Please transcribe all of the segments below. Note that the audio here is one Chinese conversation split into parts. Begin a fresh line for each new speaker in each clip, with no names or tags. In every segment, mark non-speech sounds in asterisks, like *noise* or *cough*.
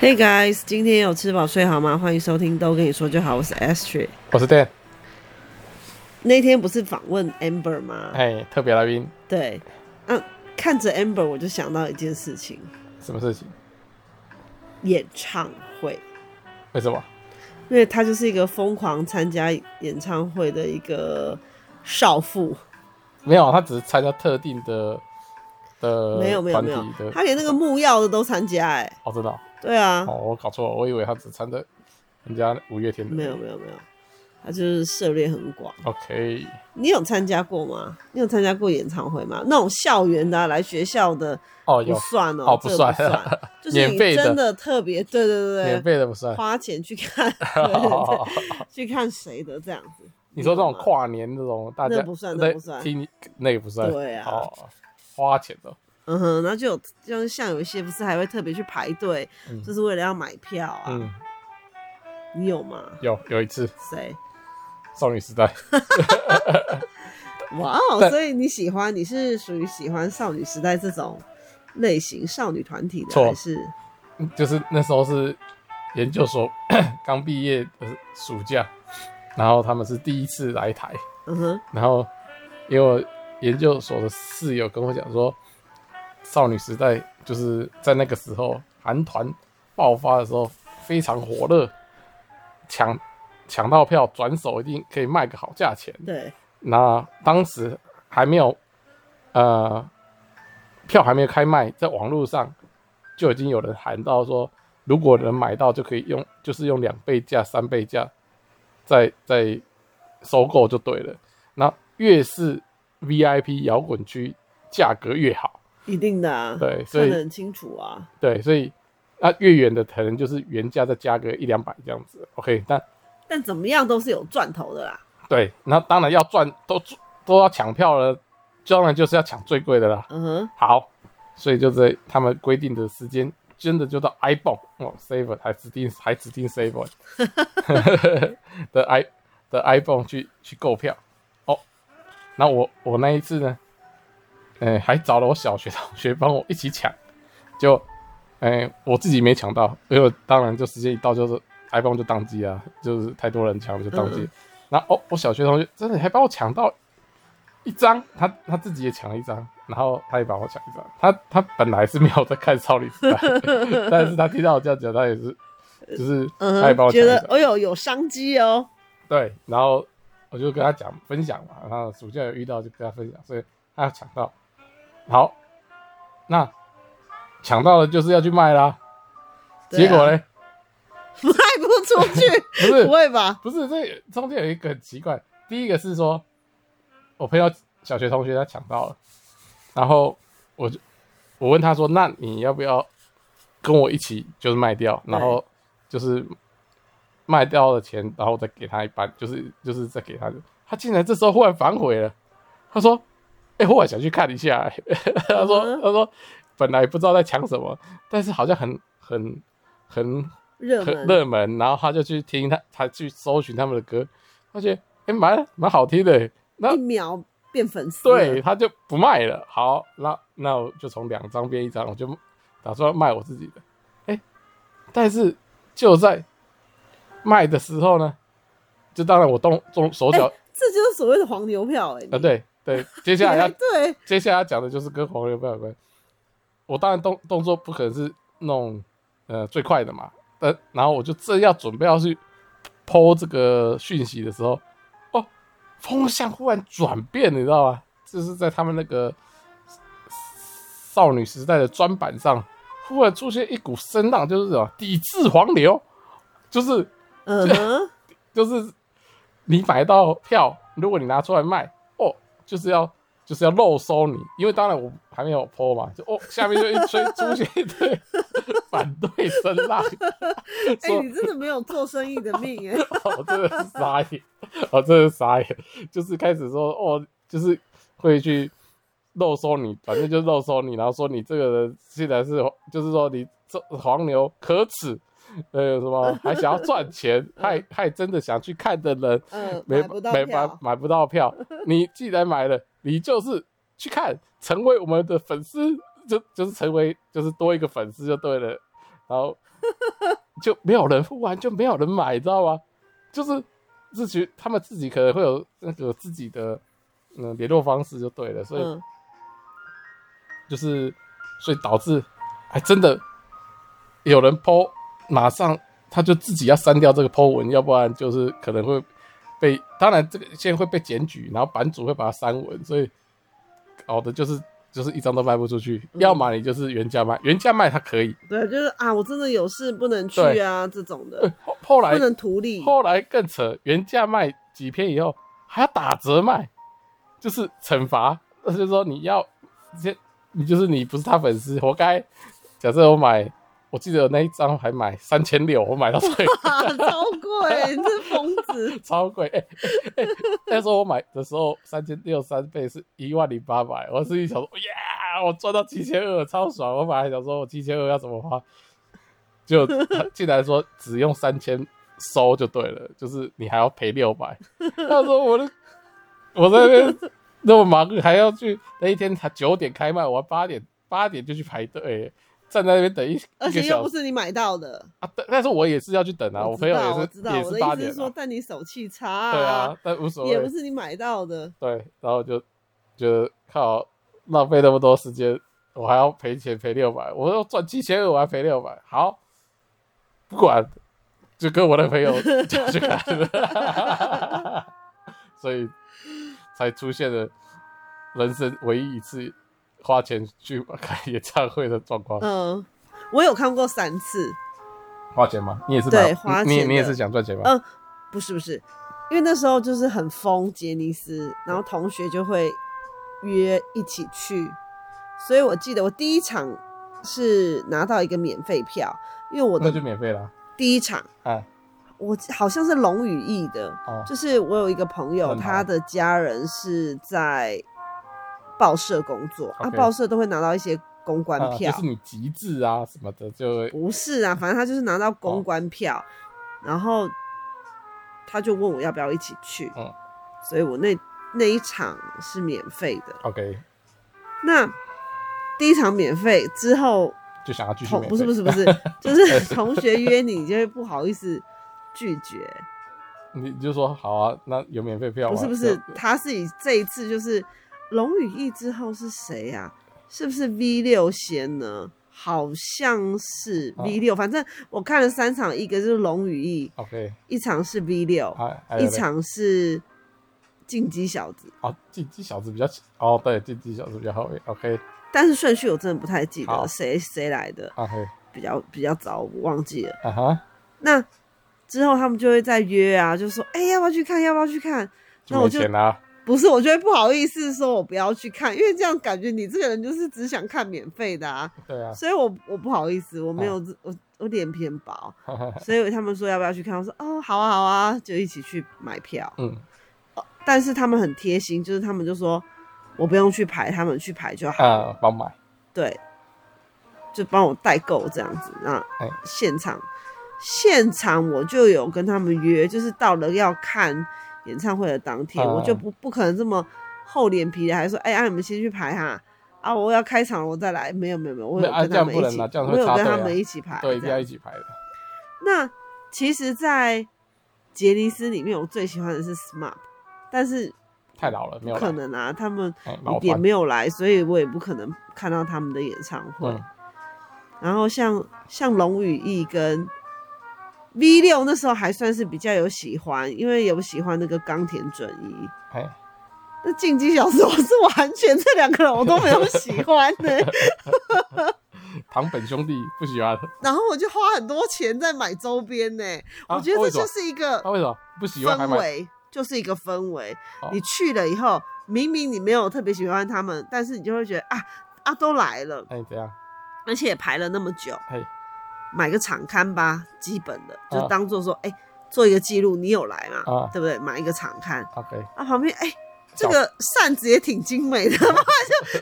Hey guys，今天有吃饱睡好吗？欢迎收听《都跟你说就好》，我是 Astrid。
我是 Dan，
那天不是访问 Amber 吗？
哎，特别来宾，
对，嗯、看着 Amber 我就想到一件事情，
什么事情？
演唱会，
为什么？
因为她就是一个疯狂参加演唱会的一个少妇，
没有，他只是参加特定的的
没有没有
呃团
没
体
有，
的。
她连那个木曜的都参加、哎，
哦，真的哦，
对啊，
哦我搞错了，我以为他只参加人家五月天的。
没有没有没有，她就是涉猎很广。
OK，
你有参加过吗？你有参加过演唱会吗？那种校园的啊、来学校的
哦
不
有，
算哦，
哦
这
不
个
算
算，就是
免
你
费的
真的特别，对对对
*laughs*
对，
免费的不算。哦
花钱去
*laughs*
看，对去看谁的这样子。
你说这种
有吗
跨年这种，大
那
家
不算那
在
不算
听那个不算。
对啊
哦，花钱的。
嗯哼，然后就有就是像有一些不是还会特别去排队，
嗯
就是为了要买票啊。
嗯，
你有吗？
有有一次
谁？
少女时代，
哇哦！
但
所以你喜欢，你是属于喜欢少女时代这种类型少女团体的，
错
还是
就是那时候是研究所 *coughs* 刚毕业的暑假，然后他们是第一次来台。
嗯哼
然后因为我研究所的室友跟我讲说，少女时代就是在那个时候韩团爆发的时候非常火热，抢抢到票转手一定可以卖个好价钱。
对
那当时还没有呃票还没有开卖，在网络上就已经有人喊到说，如果能买到就可以用，就是用两倍价、三倍价再再收购就对了。那越是 VIP 摇滚区，价格越好。
一定的啊？
对所以
看得很清楚啊。
对，所以那越远的可能就是原价再加个一两百这样子。OK，那
但怎么样都是有赚头的啦。
对，那当然要赚，都都要抢票了，当然就是要抢最贵的啦。
嗯哼，
好，所以就在他们规定的时间，真的就到 iPhone 哦，Seven 还指定还指定 Seven 的 i 的 iPhone 去去购票哦。那我我那一次呢，哎、还找了我小学同学帮我一起抢，就哎、我自己没抢到，因为当然就时间一到就是 iPhone 就宕机啊，就是太多人抢了就宕
嗯
机。然后哦，我小学同学真的还帮我抢到一张，他他自己也抢了一张，然后他也帮我抢一张。他他本来是没有在看少女时代， *laughs* 但是他听到我这样讲，他也是，就是
嗯
他也
哼，
帮我抢
觉
一
得
张。
哎呦有商机哦。
对，然后我就跟他讲分享嘛，然后暑假有遇到就跟他分享，所以他要抢到。好，那抢到了就是要去卖啦。
对
结
啊
果呢？
卖不出
*laughs*
去，
不是
不会吧？
不是，这中间有一个很奇怪。第一个是说，我朋友小学同学他抢到了，然后我就我问他说：“那你要不要跟我一起就是卖掉？
对
然后就是卖掉的钱，然后再给他一半，就是就是再给他。”他竟然这时候忽然反悔了，他说：“哎、我忽然想去看一下、欸 *laughs* 他说：“
嗯
他说本来不知道在抢什么，但是好像很很很
热
很
门，
热门，然后他就去听他，他去搜寻他们的歌，他觉得哎蛮蛮好听的，那
一秒变粉丝。
对，，他就不卖了。好，那那我就从两张变一张，我就打算卖我自己的。哎，但是就在卖的时候呢，就当然我动动手脚啊、
这就是所谓的黄牛票哎、
呃，对对，接
你
下来要
还对，
接下来要讲的就是跟黄牛票有关。我当然动动作不可能是弄呃最快的嘛，呃，然后我就正要准备要去抛这个讯息的时候，哦，风向忽然转变，你知道吗？就是在他们那个少女时代的专版上，忽然出现一股声浪，就是什么抵制黄牛，就是
嗯哼，
就是你买到票，如果你拿出来卖，哦，就是要就是要漏收你，因为当然我还没有泼嘛，就哦下面就一吹 *laughs* 出现一堆反对声浪，
*laughs* 哎、
说
你真的没有做生意的命哎、
我真的是傻眼，我真的是傻眼，就是开始说哦，就是会去漏收你，反正就是漏收你，然后说你这个人现在是就是说你这黄牛可耻。呃，什么还想要赚钱，害害真的想去看的人，
嗯，
没
买不到
没买
票，
买不
*laughs*
到票。你既然买了，你就是去看，成为我们的粉丝，就就是成为就是多一个粉丝就对了。然后 *laughs* 就没有人付完，就没有人买，你知道吗？就是自己他们自己可能会有那个自己的嗯联络方式就 *laughs* 对了，所以
嗯，
就是所以导致还真的有人 Po，马上他就自己要删掉这个 Po 文，要不然就是可能会被，当然这个现在会被检举，然后版主会把它删文，所以搞的就是就是一张都卖不出去，要么你就是原价卖，原价卖它可以，
对，就是啊，我真的有事不能去啊，这种的
呃后后来
不能图利，
后来更扯，原价卖几篇以后还要打折卖，就是惩罚，就是说你要，这你就是你不是他粉丝，活该。假设我买，我记得那一张还买三千六，我买到最，
啊，超贵，你这疯子
*laughs* 超贵、欸欸欸那时候我买的时候三千六三倍是一万零八百，我自己想说，耶、我赚到七千二，超爽。我本来想说我七千二要怎么花，就竟然说只用三千收就对了，就是你还要赔六百。他说我的我在那边 *laughs* 那么忙，还要去那一天他九点开卖，我八点八点就去排队，站在那边等一
而
一个
且又
小
不
时
是你买到的。
啊。但但是我也是要去等啊，我
我
朋
知
友
道，
也
我
是
知道，
也
我的
八
意思
点
是说，
啊。
但你手气差
对啊，，但无所谓，
也不是你买到的，
对，然后就觉得靠，浪费那么多时间，我还要赔钱赔六百，我要赚七千二，我还赔六百，好，不管，就跟我的朋友就去看了， *laughs* 所以才出现了人生唯一一次花钱去看演唱会的状况。
嗯，我有看过三次，
花钱吗？你也是
对
买
花
你也
钱
你也
的
是想赚钱吗？
嗯，不是不是，因为那时候就是很疯杰尼斯，然后同学就会约一起去，所以我记得我第一场是拿到一个免费票，因为我
那
的
就免费啦。
第一场
哎，
我好像是龙羽翼的，
哦，
就是我有一个朋友，
很好
他的家人是在报社工作啊，
OK
报社都会拿到一些公关
啊
票，
就是你极致啊什么的，就会
不是啊，反正他就是拿到
哦
公关票，然后他就问我要不要一起去，
嗯
所以我那那一场是免费的。
OK，
那第一场免费之后，
就想要继续
同
免费。
不是不是不
*laughs*
是，就是同学约你，你就会不好意思拒
*laughs*
绝。
你就说好啊，那有免费票吗？
不是不
这
是
样，
他是以这一次就是龙羽翼之后是谁呀、是不是 V 六先呢？好像是
哦
V 六、反正我看了三场，一个就是龙羽翼，
OK，
一场是 V 六、
还还有
一
嘞
场是进击小子，
哦，进击小子比较哦，对，进击小子比较后面。OK
但是顺序我真的不太记
好
得谁谁来的，
OK，
比较比较早，我忘记了。
啊哈，
那之后他们就会再约啊，就说哎、要不要去看，要不要去看？那
没
我就
钱啦、
不是，我就会不好意思说我不要去看，因为这样感觉你这个人就是只想看免费的啊，
对
*laughs*
啊，
所以我我不好意思，我没有这、我我脸皮很薄，所以他们说要不要去看，我说哦好啊好啊，就一起去买票。
嗯，
但是他们很贴心，就是他们就说我不用去排，他们去排就好，
啊，帮买，
对，就帮我代购这样子。那
哎
现场现场我就有跟他们约，就是到了要看演唱会的当天，
嗯
我就不不可能这么厚脸皮的，还说哎啊你们先去排哈。啊！我要开场了，我再来。没有没有没有，我有
没有啊
跟他们
这样不
一
能
起，
啊这样
我
会
有
插
跟
队
他
啊
们一起排。
对，一
这
定
样
要一起排的。
那其实，在杰尼斯里面，我最喜欢的是 SMAP，但是
太老了，没
不
有
可
来，
能啊，他们
哎、老
也
翻。
没有来，所以我也不可能看到他们的演唱会。
嗯
然后像像龙羽翼跟 V 六那时候还算是比较有喜欢，因为有喜欢那个冈田准一。
哎、
那进击小子我是完全这两个人我都没有喜欢
*laughs*
的、
堂本兄弟不喜欢，
然后我就花很多钱在买周边呢、
啊
我觉得
为
这
什么
就是一个
他、为什么不喜欢还
氛
买？
围，就是一个氛围
哦。
你去了以后，明明你没有特别喜欢他们，但是你就会觉得啊啊都来了，
哎、怎样？
而且也排了那么久
嘿，
买个场刊吧，基本的就
啊
当做说，哎、做一个记录，你有来嘛
啊，
对不对？买一个场刊
OK，
啊，旁边哎。这
小
个扇子也挺精美的， *laughs* 就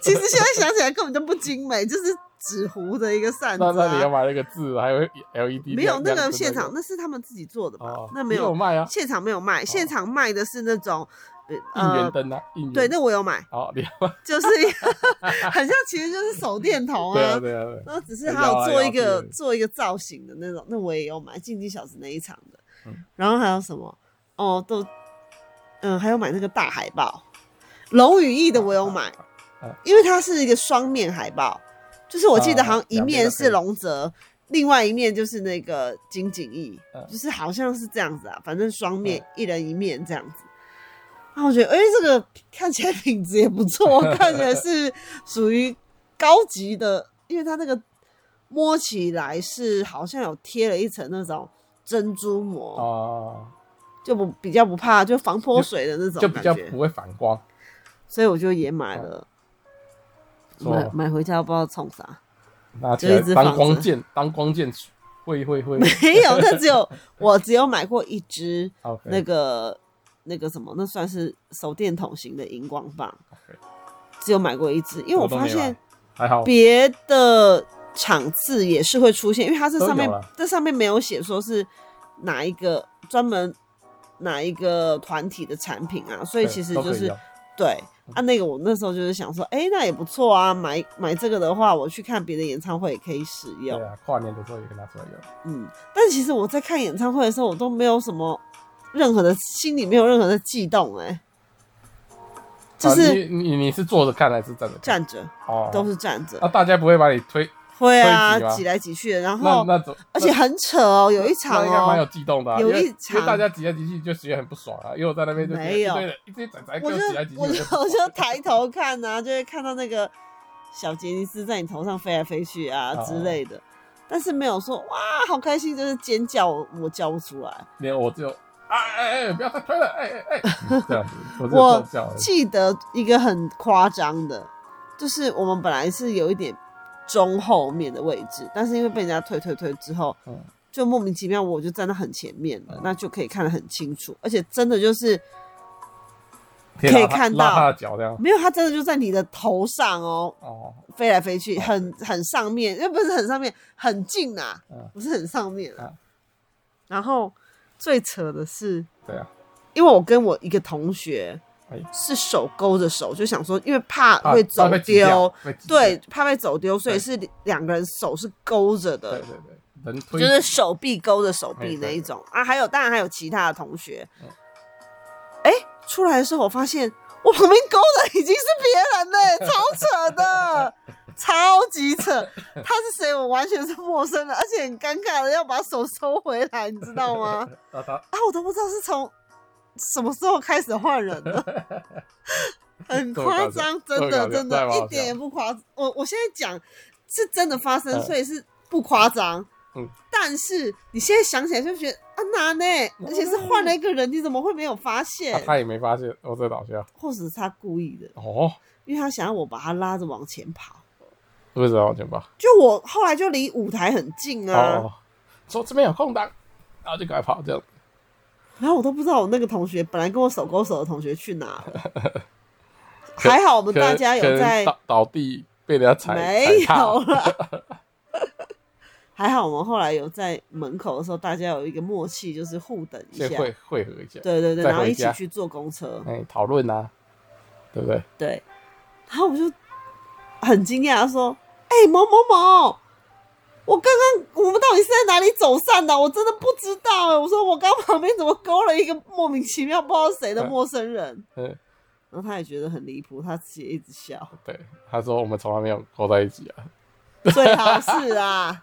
其实现在想起来根本就不精美，就是纸糊的一个扇子、
那那你要
啊，
买那个字，还有 LED，
没有那
亮
个
亮的
现场，那是他们自己做的吧？
哦，
那没
你有卖啊，
现场没有卖，现场卖的是那种
应援
呃，
灯啊，应援
对，那我有买，
哦，你
就是 *laughs* 很像，其实就是手电筒
对啊
啊。
对啊对啊，
然后只是还
摇
有
来
做
摇
一个
去
做一个造型的那种，那我也有买竞技小子那一场的
嗯，
然后还有什么哦，都嗯，还有买那个大海报，龙与翼的我有买
啊啊，
因为它是一个双面海报，就是我记得
啊
好像一
两边
面
都可
是
以
龙泽，另外一面就是那个金景翼
嗯，
就是好像是这样子啊，反正双面
嗯
一人一面这样子。然后我觉得，哎、这个看起来品质也不
*laughs*
错，看起来是属于高级的，因为它那个摸起来是好像有贴了一层那种珍珠膜，
哦，
就不比较不怕就防泼水的那种
就比
感
较
觉，
不会反光，
所以我就也买了，
说
买买回家不知道冲
*laughs*
啥，
拿起
就一
来
直
当
放
光
着
剑， *laughs* 当光剑去，会会会
没有，那只有我只有买过一
*laughs*
支
，OK，
那个那个什么，那算是手电筒型的荧光棒
OK，
只有买过一支，因为我
我都
发
没
现
买。还好，
别的场次也是会出现，因为它这上面
都有啦
这上面没有写说是哪一个专门哪一个团体的产品啊，所以
对
其实
都可
就
以
是
用
对啊，那个我那时候就是想说，哎、那也不错啊，买买这个的话，我去看别的演唱会也可以使用
对，啊，跨年的时候也可以拿出来用，
嗯，但其实我在看演唱会的时候，我都没有什么任何的心里没有任何的悸动、哎，就
啊
是
你你你是坐着看还是站着看？
站着
哦，
都是站着，
啊，大家不会把你推，
会啊
推挤，吗
挤来挤去的，然
那
后。
那怎？
而且很扯哦，有一场
那应该蛮有
哦，
激动的、啊，
有
因为
一场
因为大家挤来挤去就觉得很不爽啊，因为我在那边就觉得
没有
一堆人一堆仔仔
我
跟
就
挤来挤去，
我就
就
我
*laughs*
就抬头看呐、就会看到那个小杰尼斯在你头上飞来飞去啊
哦
之类的，但是没有说哇好开心，就是尖叫我我叫不出来。
连我就哎哎哎，不要再推了，哎哎哎，这样子，我就
我
爆笑了。
记得一个很夸张的，就是我们本来是有一点中后面的位置，但是因为被人家推推推之后，
嗯
就莫名其妙我就站到很前面了，那就可以看得很清楚，而且真的就是。
天啊
可以看到
拉他的脚这样，
没有，它真的就在你的头上哦，
哦，
飞来飞去，很很上面，呃又不是很上面，很近呐、
嗯
不是很上面啊。
啊
然后最扯的是，
对啊，
因为我跟我一个同学
哎
是手勾着手，就想说，因为怕
啊
会走
被挤掉
丢，，
被挤掉
对，怕被走丢，所以
对
是两个人手是勾着的
对，对对，人推
就是手臂勾着手臂
哎
那
对
一种啊。还有，当然还有其他的同学
嗯。
哎、出来的时候我发现我旁边勾的已经是别人嘞、超扯的，超级扯。他是谁我完全是陌生的，而且很尴尬的要把手收回来，你知道吗？
啊他
啊，我都不知道是从什么时候开始换人的，
*laughs*
很
这么
夸
搞笑
张，真
这么搞
的
笑
真
这还
的，
蛮
一
好
点
笑
也不夸张。我我现在讲是真的发生，
嗯
所以是不夸张。
嗯
但是你现在想起来就觉得啊哪呢？而且是换了一个人，你怎么会没有发现
啊？他也没发现，我在搞笑
或者是他故意的，
哦，
因为他想要我把他拉着往前跑。
为什么全吧？
就我后来就离舞台很近啊，
哦，说这边有空档，然后就赶快跑这样。
然后我都不知道我那个同学本来跟我手勾手的同学去哪了。
*laughs*
还好我们
可
大
能
家有
可能
在
倒倒地被人家踩，
没
踩踏
有啦。 *laughs* 还好我们后来有在门口的时候，大家有一个默契，就是互等一下
先，
*laughs*
会会合一下，
对对对，
再
然后
回
一起
家
去坐公车，
哎，讨论啊，对不对？
对。然后我就很惊讶地说：“哎、某某某，我刚刚我们到底是在哪里走散的？我真的不知道、哎，我说我刚旁边怎么勾了一个莫名其妙不知道谁的陌生人？
嗯，
然后他也觉得很离谱，他自己也一直笑。
对。他说我们从来没有凑在一起啊， *laughs*
最好是啊。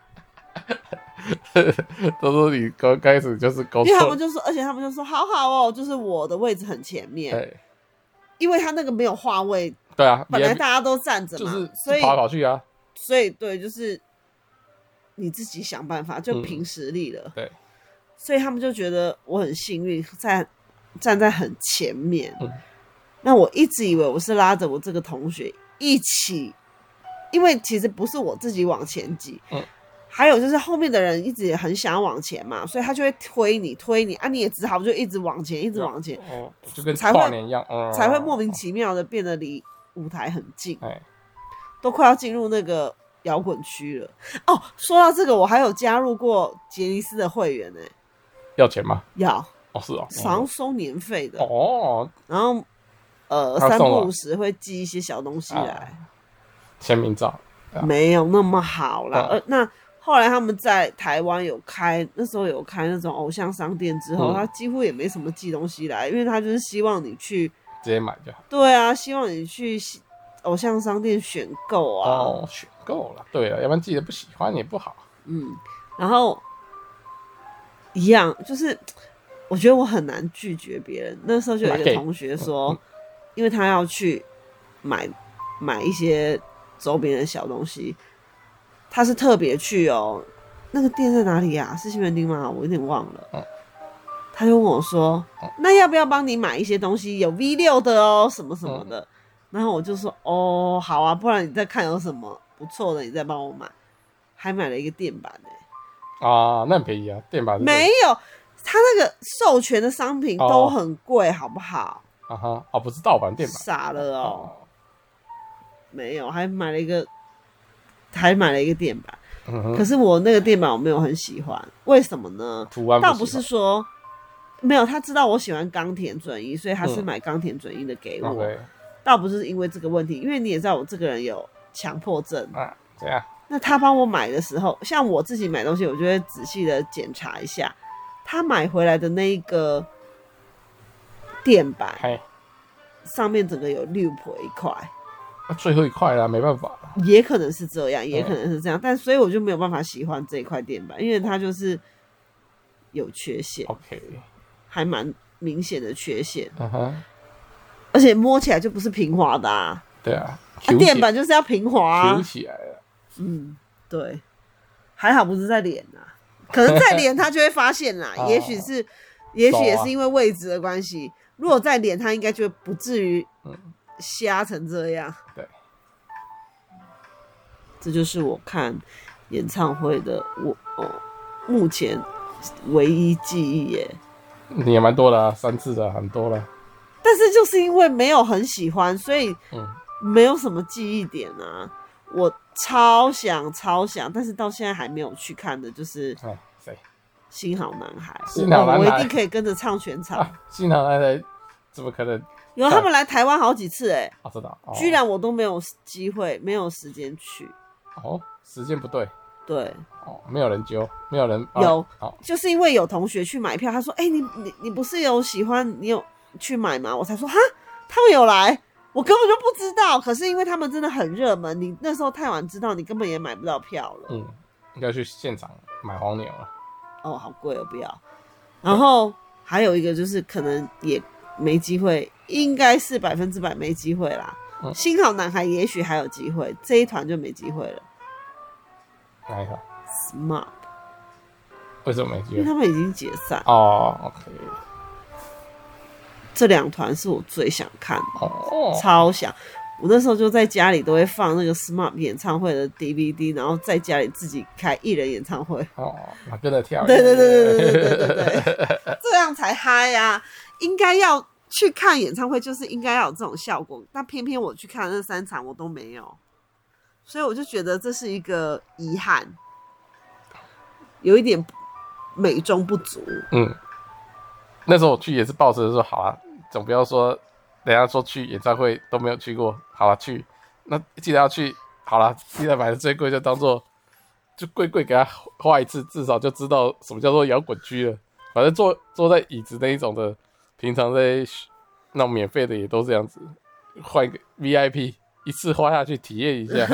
都是你刚开始就是勾
因为他
错
们，就说，而且他们就说好好哦，就是我的位置很前面，
哎，
因为他那个没有话位，
对啊，
本
你
来
还
大家都站着
就
嘛，
是
所以
跑来跑去啊，
所以对，就是你自己想办法，
嗯
就凭实力了。
对，
所以他们就觉得我很幸运，在站在很前面。
嗯
那我一直以为我是拉着我这个同学一起，因为其实不是我自己往前挤，
嗯
还有就是后面的人一直也很想往前嘛，所以他就会推你推你啊，你也只好就一直往前，一直往前，
哦，就跟
才会
跨年一样，嗯
才会莫名其妙的变得离舞台很近。
哎，
都快要进入那个摇滚区了。哦，说到这个，我还有加入过杰尼斯的会员呢、
要钱吗？
要
哦，是哦，
好像收年费的。
哦，
然后呃
他
三
送
不
了
五时会寄一些小东西来，
签名照，啊
没有那么好啦。
嗯
呃，那后来他们在台湾有开，那时候有开那种偶像商店之后，
嗯
他几乎也没什么寄东西来，因为他就是希望你去，
直接买就好。
对啊，希望你去西偶像商店选购啊，
哦，选购了，对了，啊要不然自己的不喜欢也不好。
嗯，然后一样就是，我觉得我很难拒绝别人。那时候就有一
买嗯
个
gay
同学说，因为他要去买买一些周边的小东西，他是特别去哦，那个店在哪里呀、是西门町吗？我有点忘了。
嗯
他就问我说：“那要不要帮你买一些东西？有 V 六的哦，什么什么
嗯
的。然后我就说：“哦，好啊，不然你再看有什么不错的，你再帮我买。”还买了一个电板欸呢、
啊，那很便宜啊，电板是
没有，他那个授权的商品都很贵，好不好？
啊哈，哦，不是盗哦版电板
傻了哦，，没有，还买了一个，还买了一个电板。
嗯
可
哼，
是我那个电板我没有很喜欢，为什么呢？
图案
倒
不
不
喜
是
欢
说没有，他知道我喜欢冈田准一，所以他是
嗯
买冈田准一的给我。
OK
倒不是因为这个问题，因为你也知道我这个人有强迫症。
啊，怎样？
那他帮我买的时候，像我自己买东西，我就会仔细的检查一下，他买回来的那一个垫板
嘿，
上面整个有六婆一块，
那最后一块啦，没办法啦，
也可能是这样，也可能是这样，但所以我就没有办法喜欢这一块垫板，因为它就是有缺陷，
，OK，
还蛮明显的缺陷，
嗯哼，
而且摸起来就不是平滑的啊，
对啊，
啊
凸起
垫板就是要平滑、啊
凸，起来了，，
嗯，对，还好不是在脸啊，可能在脸他就会发现啦
*laughs* 哦
也许是，也许也
懂啊
是因为位置的关系，如果在脸他应该就不至于
嗯
瞎成这样。
对，
这就是我看演唱会的我哦，目前唯一记忆耶。
你也蛮多的啊，三次的很多了，
但是就是因为没有很喜欢，所以
嗯，
没有什么记忆点啊。我超想超想，但是到现在还没有去看的，就是
哎，谁
新好男孩，
新好男孩
我我一定可以跟着唱全场。
啊？新郎来来，怎么可能？
有他们来台湾好几次、欸，哎、
啊，知道，哦
居然我都没有机会，没有时间去。
哦，时间不对，
对，
哦，没有人揪，没有人
有，
啊哦，
就是因为有同学去买票，他说：“哎、你你你不是有喜欢，你有去买吗？”我才说：“哈，他们有来，我根本就不知道。”可是因为他们真的很热门，你那时候太晚知道，你根本也买不到票了。
嗯，要去现场买黄牛了，
哦，好贵哦，不要。然后还有一个就是可能也没机会，应该是百分之百没机会啦。
嗯
幸好男孩也许还有机会，这一团就没机会了。
哪一个？
Smart，
为什么没
因为
揪？
他们已经解散。
哦，OK，
这两团是我最想看的，
哦，
超想。我那时候就在家里都会放那个 Smart 演唱会的 DVD，然后在家里自己开艺人演唱会。
哦，那跟着跳，
对对对对对对对对对，这样才嗨呀、啊！应该要去看演唱会，就是应该要有这种效果。但偏偏我去看那三场，我都没有，所以我就觉得这是一个遗憾，有一点美中不足。
嗯，那时候我去也是抱着说，好啊，总不要说人家说去演唱会都没有去过，好了、去，那既然要去，好了，既然买的最贵，就当做就贵贵给他花一次，至少就知道什么叫做摇滚区了。反正坐坐在椅子那一种的，平常在那种免费的也都这样子，换一个 VIP 一次花下去体验一下，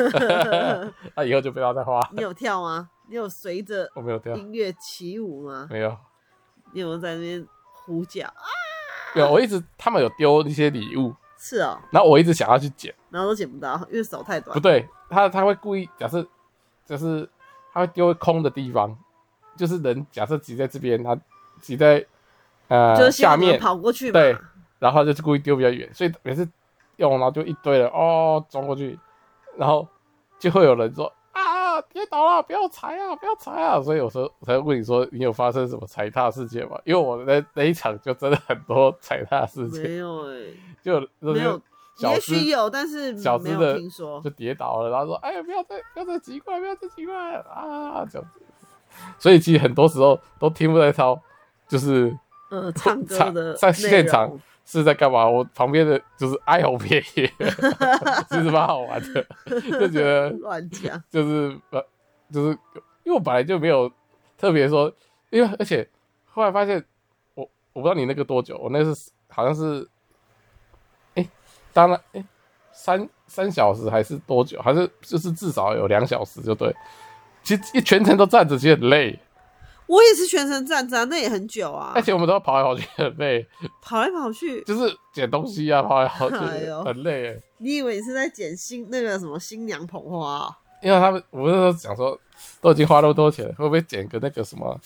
那、以后就不要再花。
你有跳吗？你有随着
我没有掉，
音乐起舞吗？
没有。
你有没有在那边呼叫啊？
没有，我一直他们有丢一些礼物，
是哦，
然后我一直想要去捡，
然后都捡不到，因为手太短
不。对，他他会故意假设，就是他会丢空的地方，就是人假设挤在这边，他挤在呃
就是希
下
望你们
面，
跑过去嘛。
对然后他就是故意丢比较远，所以每次用然后就一堆人哦装过去，然后就会有人说啊跌倒了，不要踩啊，不要踩啊，所以我说我才问你说你有发生什么踩踏事件吗？因为我那那一场就真的很多踩踏事件，
没有哎、
就就
没有
是小
也
资
许有，但是
小
没
资
有
的
听说
就。跌倒了，然后说：“哎，不要再不要再奇怪，不要再奇怪啊！”这样子，所以其实很多时候都听不太到，就是
呃，唱歌
唱
的
在
内 *laughs*
现场
容
是在干嘛？我旁边的就是哀鸿遍野， *laughs* 其实蛮好玩的， *laughs* 就觉得
*laughs* 乱讲，
就是呃，就是因为我本来就没有特别说，因为而且后来发现我我不知道你那个多久，我那是好像是，哎、当然哎、三三小时还是多久，还是就是至少有两小时就对。其实一全程都站着，其实很累，
我也是全程站着啊，那也很久啊
而，且我们都要跑来跑去，很累，
跑来跑去。
就是捡东西啊，跑来跑去，
哎呦
很累耶。
你以为你是在捡新那个什么新娘捧花啊、
因为他们，我那时候想说，都已经花那么多钱了，会不会捡个那个什么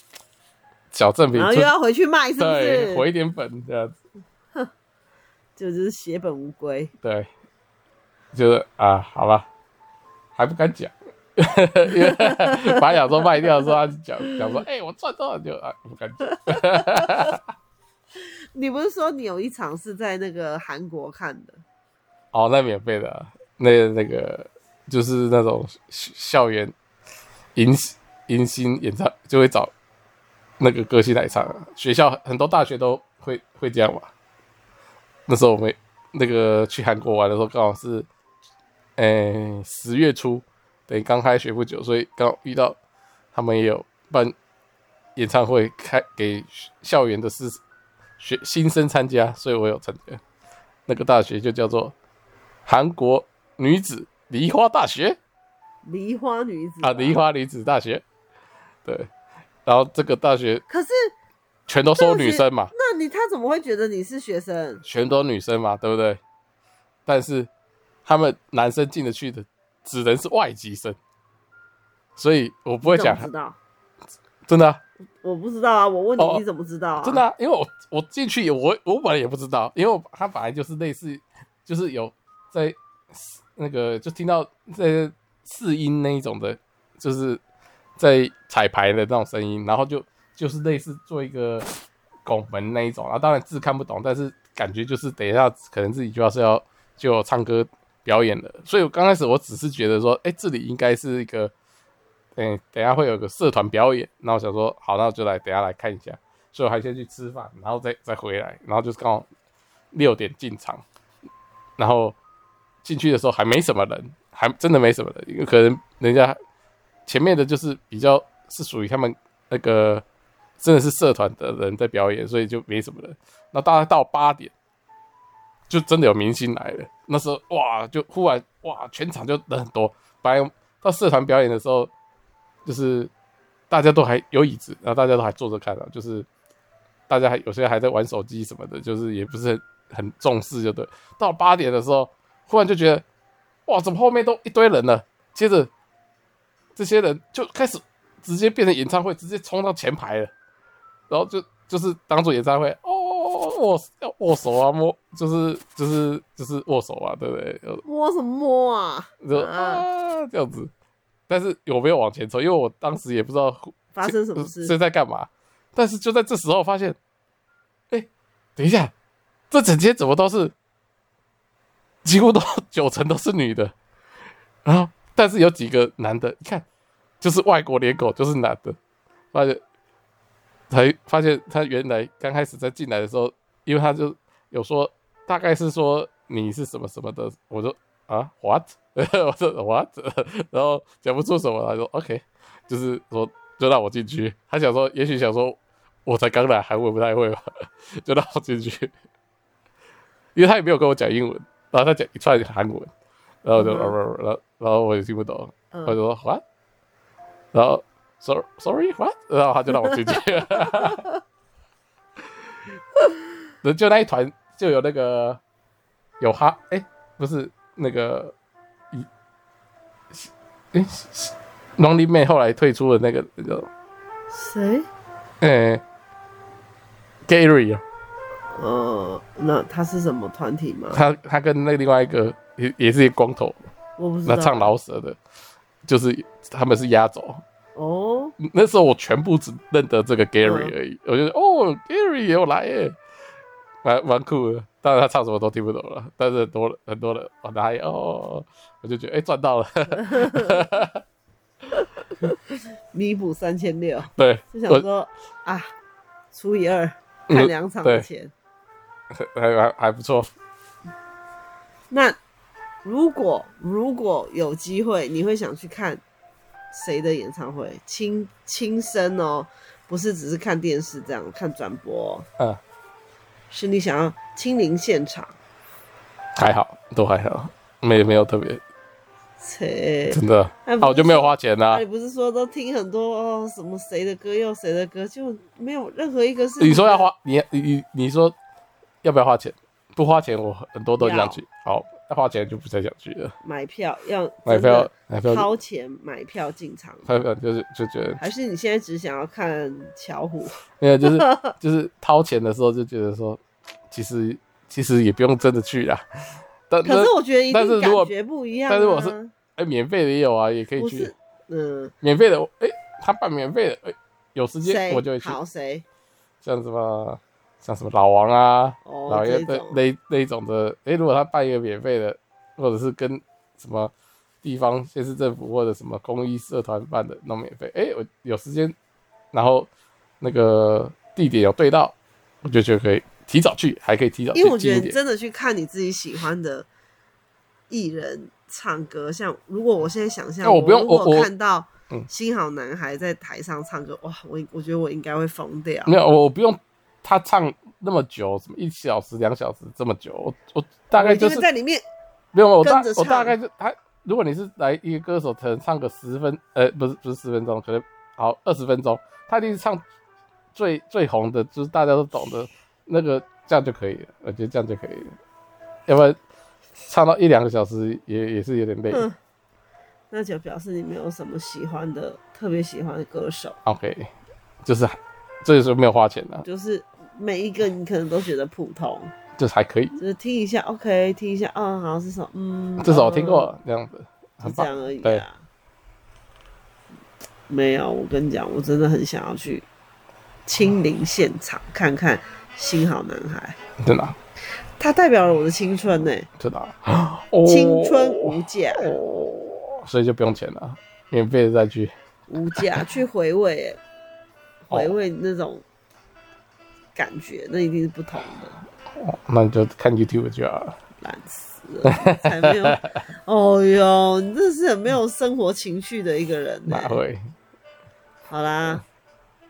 小赠品
然后
出
又要回去卖，是不
对，回
是？
一点本这样子，
就只是血本无归。
对，就是啊，好吧，还不敢讲， *laughs* 因为 *laughs* 把小说卖掉的时候，他就讲讲说，哎、我赚多少就啊，不敢讲，
你不是说你有一场是在那个韩国看的？
哦，那免费的啊，那那个就是那种校校园迎迎新演唱，就会找那个歌星来唱啊，学校很多大学都会会这样嘛。那时候我们那个去韩国玩的时候，刚好是，诶十月初，等于刚开学不久，所以刚好遇到他们也有办演唱会开给校园的师学新生参加，所以我有参加。那个大学就叫做韩国女子梨花大学
梨花女子
啊，梨。花女子大学，对，然后这个大学
可是，
全都收女生嘛，
那你他怎么会觉得你是学生？
全都女生嘛，对不对？但是他们男生进得去的只能是外籍生，所以我不会
你怎
讲
么知道？
真的啊、
我不知道啊，我问
哦
你，你怎么知道啊？
真的、啊，因为我我进去我我本来也不知道，因为我他本来就是类似，就是有在那个就听到在试音那一种的，就是在彩排的那种声音，然后就就是类似做一个拱门那一种，然后啊当然字看不懂，但是感觉就是等一下可能自己就要是要就有唱歌表演了，所以我刚开始我只是觉得说，哎、这里应该是一个。嗯，等一下会有个社团表演，那我想说，好，那我就来，等一下来看一下。所以我还先去吃饭，然后再再回来，然后就是刚好六点进场，然后进去的时候还没什么人，还真的没什么人，因为可能人家前面的就是比较是属于他们那个真的是社团的人在表演，所以就没什么人。那大概到八点，就真的有明星来了，那时候哇，就忽然哇，全场就人很多。本来到社团表演的时候，就是大家都还有椅子，然后大家都还坐着看啊，就是大家还有些还在玩手机什么的，就是也不是很很重视，就对。到八点的时候，忽然就觉得，哇，怎么后面都一堆人了？接着这些人就开始直接变成演唱会，直接冲到前排了，然后就就是当做演唱会，哦握要握手啊，摸就是就是就是握手啊，对不对？呃
摸什么摸啊？
就
啊
啊这样子，但是有没有往前冲？因为我当时也不知道
发生什么
呃是
事
是？在干嘛？但是就在这时候发现，哎、等一下，这整间怎么都是几乎都九成都是女的，然后但是有几个男的，一看就是外国脸孔，就是男的，发现才发现他原来刚开始在进来的时候，因为他就有说大概是说你是什么什么的，我说啊 what，我 *laughs* 说 what，然后讲不出什么，他说 OK，就是说就让我进去，他想说也许想说我才刚来，韩文不太会吧， *laughs* 就让我进去，因为他也没有跟我讲英文，然后他讲一串韩文，然后我就、
嗯
然后然后然后我也听不懂，
嗯
我就说 what，然后 sorry sorry what，然后他就让我
*laughs*
进去。人就那一团就有那个有哈哎、不是那个一哎、Lonely Man 后来退出的那个那个
谁？
哎、Gary 啊，
呃，那他是什么团体吗？
他他跟那另外一个也也是一个光头，
我不知道。
那唱老舍的，就是他们是压轴。
哦，
那时候我全部只认得这个
嗯
Gary 而已，我就觉得哦，Gary 也有来耶，蛮蛮酷的。当然他唱什么都听不懂了，但是很多人很多人我拿也哦，我就觉得哎赚、到了， *laughs*
弥补三千六，
对，
就想
我
说啊，除以二，
嗯
看两场的
对
钱。
还还还不错。
那如果如果有机会，你会想去看谁的演唱会？亲亲身哦，不是只是看电视这样看转播、哦，
嗯，
是你想要亲临现场。
还好，都还好，没没有特别，
切，
真的。
那不
啊，我就没有花钱呐、
那你不是说都听很多哦什么谁的歌又谁的歌，就没有任何一个是
*laughs* 你说要花，你你你你说要不要花钱？不花钱，我很多都很想去。好，要花钱就不太想去了。
买票要
买
真的
票，买票，
掏钱买票进场，
买票就是就觉得
还是你现在只想要看巧
*laughs*
虎？
没有，就是就是掏钱的时候就觉得说，其实其实也不用真的去啦。但
可是我觉得一
但是
定
如果
感觉不一样、啊
但是我是哎、免费的也有啊，也可以
不
去
是。嗯，
免费的，哎、他办免费的，哎、有时间
谁
我就会去。
好谁
像什么像什么老王啊，
哦
老
这
爷
一
那
种
那那一种的，诶，如果他办一个免费的，或者是跟什么地方县市政府或者什么公益社团办的弄免费，诶，我有时间，然后那个地点有对到，我就觉得可以提早去，还可以提早去
因为我
近
觉
一
得
点。
真的去看你自己喜欢的艺人唱歌，像如果我现在想象，
那哦我不用
如果
我我
看到
嗯
新好男孩在台上唱歌，哇，我我觉得我应该会疯掉。
没有，我不用他唱那么久，什么一小时、两小时这么久，我我大概
我就
就是
会在里面
没有，我
跟
大
着
我大
唱
概就他，如果你是来一个歌手，可能唱个十分，呃，不是不是十分钟，可能好二十分钟，他一定是唱最最红的，就是大家都懂的那个，这样就可以了，我觉得这样就可以了，要不然唱到一两个小时也也是有点累。
嗯那就表示你没有什么喜欢的，特别喜欢的歌手，
OK，就是这就是没有花钱的、
就是每一个你可能都觉得普通，
就是还可以，
就是听一下，OK，听一下，嗯，好像是什么，嗯，
至少我
嗯，
听过这样子，
就
很
这
棒。
样而已、
对
啊。没有，我跟你讲，我真的很想要去亲临现场看看《新好男孩
真的啊、》，
他代表了我的青春呢、
真的啊、哦
青春无价，
哦，所以就不用钱了，免费的再去。
无价，去回味、欸，
哦
回味那种感觉，那一定是不同的。
那你就看 YouTube 就好了。
烂死了，才没 *laughs* 有。哦哟，你真的是很没有生活情趣的一个人呢、
哪会？
好啦，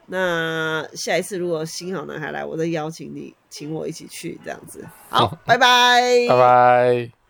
那下一次如果新好男孩来，我再邀请你，请我一起去这样子。好，拜拜，
拜拜。